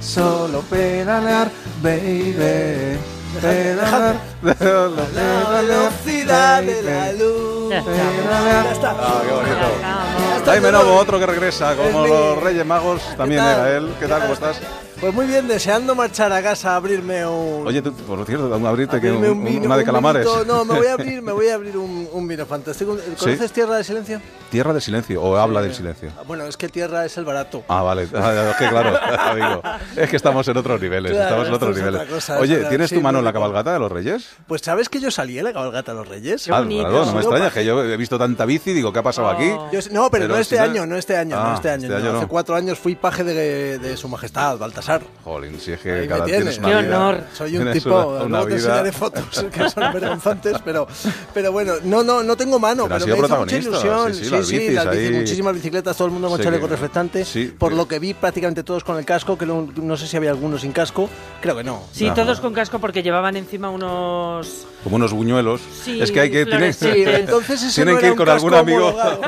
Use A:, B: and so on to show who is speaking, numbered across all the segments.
A: solo pedalear, baby. Pedalar, solo
B: La
A: pedalear,
B: velocidad de la
A: baby.
B: luz.
C: Ya está.
B: Ya está.
A: Ah, qué bonito.
C: Acabamos.
A: Jaime Novo, otro que regresa, como
B: Es mi-
A: los Reyes Magos, también
B: tal?
A: era él. ¿Qué tal? ¿Cómo estás?
B: Pues muy bien, deseando marchar a casa a abrirme un.
A: Oye, tú, por cierto, un abrirte que
B: abrirme
A: un-
B: un vino-
A: una de
B: un
A: calamares.
B: vinito. No, me voy a abrir, me voy a abrir un, un vino fantástico. ¿Conoces Tierra del Silencio?
A: Tierra del silencio, o habla del silencio.
B: Ah, Bueno, es que Tierra es el barato.
A: Ah, vale, Ah, es que claro, digo, es que estamos en otros niveles,
B: Claro,
A: estamos en
B: esto
A: otros
B: es otra
A: niveles.
B: cosa,
A: Oye,
B: claro,
A: ¿tienes
B: sí,
A: tu mano en la
B: muy bien.
A: cabalgata de los Reyes?
B: Pues sabes que yo salí en la cabalgata de los Reyes.
C: Qué
A: Ah,
C: bonito.
A: claro, no me
C: Sí,
A: extraña, que yo he visto tanta bici, digo, ¿qué ha pasado
C: Oh.
A: aquí?
B: Yo sí- no, pero, no
A: si
B: este año, no este año,
A: Ah,
B: no este año. no. Hace
A: no.
B: cuatro años fui paje de, de su majestad, Baltasar.
A: Jolín, si es que
B: Ahí me
A: cada tienes
B: tienes.
A: una
C: Qué
A: vida-
C: honor.
B: Soy un
A: tienes
B: tipo,
A: una- una
B: luego te
A: vida-
B: enseñaré fotos que son vergonzantes, pero, pero bueno, no, no, no tengo mano,
A: Pero
B: pero,
A: has sido
B: me hizo mucha
A: protagonista,
B: ilusión.
A: sí, sí, las bicis
B: las bicis,
A: ahí.
B: muchísimas bicicletas, todo el mundo con
A: Sí
B: chaleco
A: que-
B: reflectante.
A: sí,
B: por
A: que-
B: lo que vi, prácticamente todos con el casco, que no, no sé si había alguno sin casco, creo que no.
C: Sí,
A: Ajá.
C: todos con casco porque llevaban encima unos...
A: Como unos buñuelos.
C: Sí,
A: es que hay que tienen,
C: fluorescentes. Sí,
B: entonces ese
A: tienen
B: no
A: que
B: era
A: ir
B: un
A: con
B: casco
A: algún amigo
B: homologado.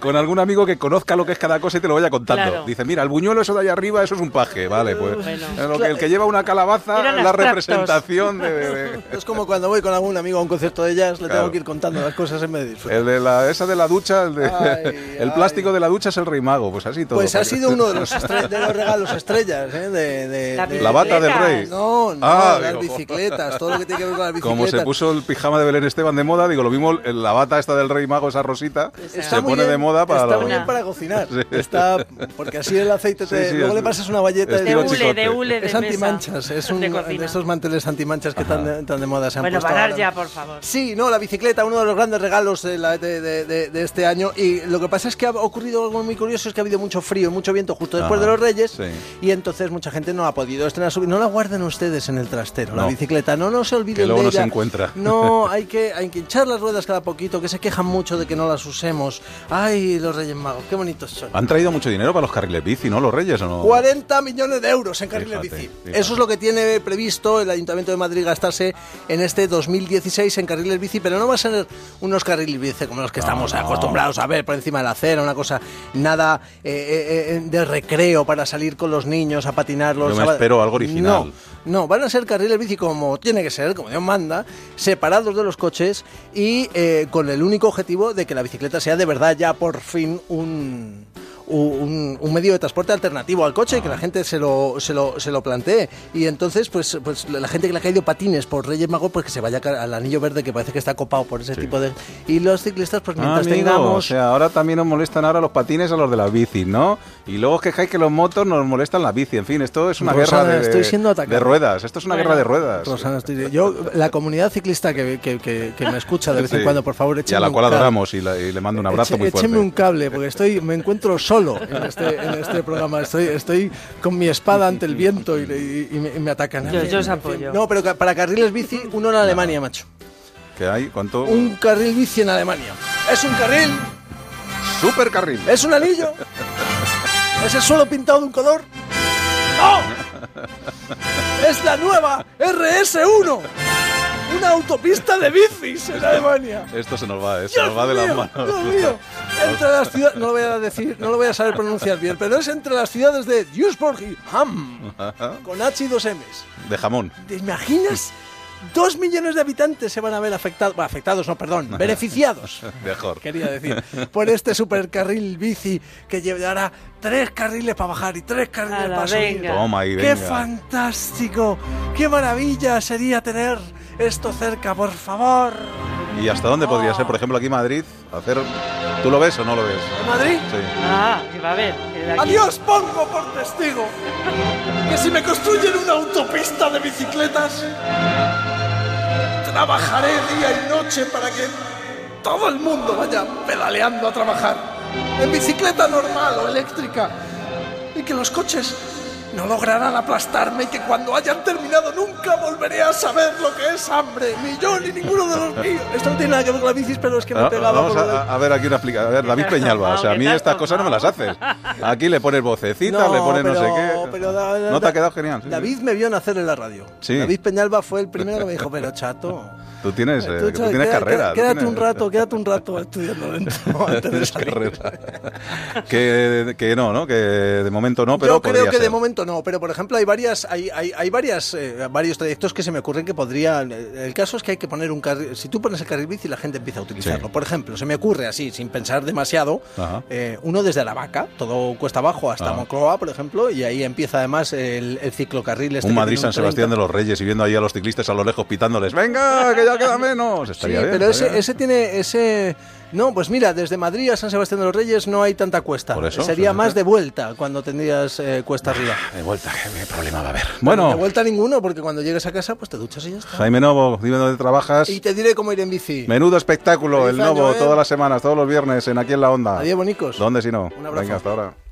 A: con algún amigo que conozca lo que es cada cosa y te lo vaya contando.
C: Claro.
A: Dice, mira, el buñuelo eso de allá arriba, eso es un paje, vale, pues.
C: Bueno.
A: Eh, lo que- el que lleva una calabaza,
C: Eran
A: la
C: abstractos.
A: representación de, de- de-
B: Es como cuando voy con algún amigo a un concierto de jazz, le
A: Claro.
B: tengo que ir contando las cosas en vez de disfrutar.
A: el de la, esa de la ducha, el, de-
B: Ay,
A: el
B: ay.
A: plástico de la ducha es el rey mago, pues así todo.
B: Pues ha
A: Para que-
B: sido uno de los, estre- de los regalos estrellas, ¿eh? De, de-
C: La
B: de-
A: La bata del
C: Bicicletas.
A: rey.
B: No, no,
A: Ah,
B: las
A: digo.
B: bicicletas, todo lo que tiene que ver con las bicicletas.
A: Como se puso el pijama de Belén Esteban de moda, digo, lo mismo el- la bata esta del rey mago, esa rosita,
B: Está
A: se
B: muy
A: pone
B: bien-
A: de moda para...
B: Está
A: la-
B: muy bien
C: Una.
B: para cocinar.
A: Sí.
B: Está, porque así el aceite
A: Sí,
B: te...
A: sí,
B: luego
A: es-
B: le pasas una valleta.
A: es
B: y-
C: De
A: Estilo
C: hule,
A: chicote.
C: de hule de
B: es
C: mesa.
B: antimanchas, es un,
C: de cocina.
B: estos manteles antimanchas que tan, tan de moda se han
C: Bueno,
B: puesto
C: parar
B: ahora.
C: ya, por favor.
B: Sí, no, la bicicleta, uno de los grandes regalos de, la- de- de- de- de este año. Y lo que pasa es que ha ocurrido algo muy curioso, es que ha habido mucho frío, mucho viento justo después
A: Ajá,
B: de los Reyes.
A: sí.
B: Y entonces mucha gente no ha podido estrenar su... No la guarden ustedes en el trastero, la
A: No.
B: bicicleta. No, no se olviden
A: Que luego
B: de
A: no se
B: ella.
A: encuentra.
B: No, hay que, hay que hinchar las ruedas cada poquito, que se quejan mucho de que no las usemos. Ay, los Reyes Magos, qué bonitos son.
A: Han traído mucho dinero para los carriles bici, ¿no? Los reyes, ¿o no?
B: 40 millones de euros en carriles
A: Fíjate,
B: bici.
A: fíjate.
B: Eso es lo que tiene previsto el Ayuntamiento de Madrid gastarse en este 2016 en carriles bici, pero no va a ser unos carriles bici como los que estamos
A: no.
B: acostumbrados a ver por encima de la acera, una cosa nada eh, eh, eh, de recreo para salir con los niños a patinar los
A: Yo me
B: sábados.
A: espero algo original.
B: No, no, van a ser carriles bici como tiene que ser, como Dios manda, separados de los coches y eh, con el único objetivo de que la bicicleta sea de verdad ya por fin un, un, un medio de transporte alternativo al coche, que la gente se lo, se lo, se lo plantee. Y entonces, pues, pues la gente que le ha caído patines por Reyes Magos, pues que se vaya ca- al anillo verde que parece que está copado por ese tipo de... Y los ciclistas, pues
A: Ah,
B: mientras
A: amigo,
B: tengamos...
A: o sea, ahora también nos molestan ahora los patines a los de las bicis, ¿no? Y luego os quejáis que los motos nos molestan las bici. En fin, esto es una
B: Rosana,
A: guerra de,
B: estoy siendo atacado.
A: de ruedas. Esto es una
C: Bueno.
A: guerra de ruedas.
B: Rosana, estoy- yo, la comunidad ciclista que, que- que- que me escucha de vez en
A: Sí.
B: cuando, por favor,
A: Y
B: échenme
A: a la
B: un
A: cual
B: cable.
A: adoramos y, la- y le mando un abrazo
B: Eche-
A: muy fuerte.
B: écheme un cable, porque estoy, me encuentro solo en este, en este programa. Estoy, estoy con mi espada ante el viento y, y- y me, y me atacan. a
C: Yo-
B: mí.
C: yo os
B: En fin.
C: apoyo.
B: No, pero ca- para carriles bici, uno en Alemania, macho.
A: ¿Qué hay? ¿Cuánto?
B: Un carril bici en Alemania. Es un carril,
A: supercarril.
B: es un anillo, es el suelo pintado de un color. ¡No! Es la nueva RS1, una autopista de bicis en Alemania.
A: Esto se nos va, eh, se
B: Dios
A: nos va de las
B: mío,
A: manos.
B: Dios mío. Entre las ciudades, no lo voy a decir, no lo voy a saber pronunciar bien, pero es entre las ciudades de Duisburg y Ham, con H y dos M's.
A: De jamón.
B: ¿Te imaginas? Dos millones de habitantes se van a ver afectados, bueno, afectados no, perdón, beneficiados,
A: Mejor.
B: quería decir, por este supercarril bici que llevará tres carriles para bajar y tres carriles
C: Ala,
B: para subir.
C: venga.
A: Toma ahí, venga.
B: ¡Qué fantástico! ¡Qué maravilla sería tener esto cerca, por favor!
A: ¿Y hasta dónde podría ser? Por ejemplo, aquí en Madrid, hacer... ¿Tú lo ves o no lo ves?
B: ¿Madrid?
A: Sí.
C: Ah, que va a ver. que de aquí-
B: Adiós pongo por testigo que si me construyen una autopista de bicicletas, trabajaré día y noche para que todo el mundo vaya pedaleando a trabajar en bicicleta normal o eléctrica y que los coches no lograrán aplastarme y que cuando hayan terminado nunca volveré a saber lo que es hambre, ni yo ni ninguno de los míos. Esto no tiene nada que ver con las bicis, pero es que
A: Ah, Vamos a, a ver aquí una explicación. A ver, David
C: te has
A: Peñalba.
B: Ah,
A: O sea, a
C: tomado?
A: mí
C: ¿Qué te
A: estas
C: has
A: cosas no me las haces. Aquí le pones vocecitas,
B: No,
A: le pones no sé
B: pero-
A: qué.
B: pero da- da-
A: no te
B: da-
A: ha quedado genial. Sí,
B: David me vio nacer en la radio.
A: Sí.
B: David Peñalba fue el primero que me dijo, pero chato.
A: sí. Tú tienes, eh, tú
B: tú, chato,
A: tienes
B: queda-
A: carrera.
B: queda-
A: tú
B: Quédate
A: tienes-
B: un rato, quédate un rato estudiando dentro. antes de
A: Tienes
B: salir".
A: carrera. que, que no, ¿no? Que de momento no, pero
B: Yo creo
A: podría
B: que de
A: ser.
B: momento no, pero por ejemplo hay varias, hay, hay, hay varias, eh, varios trayectos que se me ocurren que podrían. eh, El caso es que hay que poner un carril. Si tú pones el carril bici, la gente empieza a utilizarlo.
A: Sí.
B: Por ejemplo, se me ocurre así, sin pensar demasiado,
A: Ajá.
B: eh, uno desde la vaca, todo cuesta abajo hasta
A: Ah.
B: Moncloa, por ejemplo, y ahí empieza además el, el ciclocarril. Este
A: un
B: que
A: Madrid
B: tiene
A: San
B: un
A: Sebastián
B: 30.
A: de los Reyes y viendo ahí a los ciclistas a lo lejos pitándoles, venga, que ya queda menos.
B: Sí,
A: Estaría bien,
B: pero
A: estaría
B: ese,
A: bien.
B: ese tiene ese. No, pues mira, desde Madrid a San Sebastián de los Reyes no hay tanta cuesta.
A: Por eso,
B: Sería
A: sí, sí,
B: más
A: sí.
B: de vuelta cuando tendrías eh, cuesta arriba.
A: De vuelta, qué problema va a haber.
B: De
A: Bueno,
B: vuelta ninguno, porque cuando llegues a casa, pues te duchas y ya está.
A: Jaime Novo, dime dónde trabajas.
B: Y te diré cómo ir en bici.
A: Menudo espectáculo,
B: Feliz
A: el
B: año,
A: Novo,
B: ¿eh?
A: todas las semanas, todos los viernes en Aquí en la Onda.
B: Adiós, bonicos.
A: ¿Dónde si no?
B: Un abrazo.
A: Venga, hasta ahora.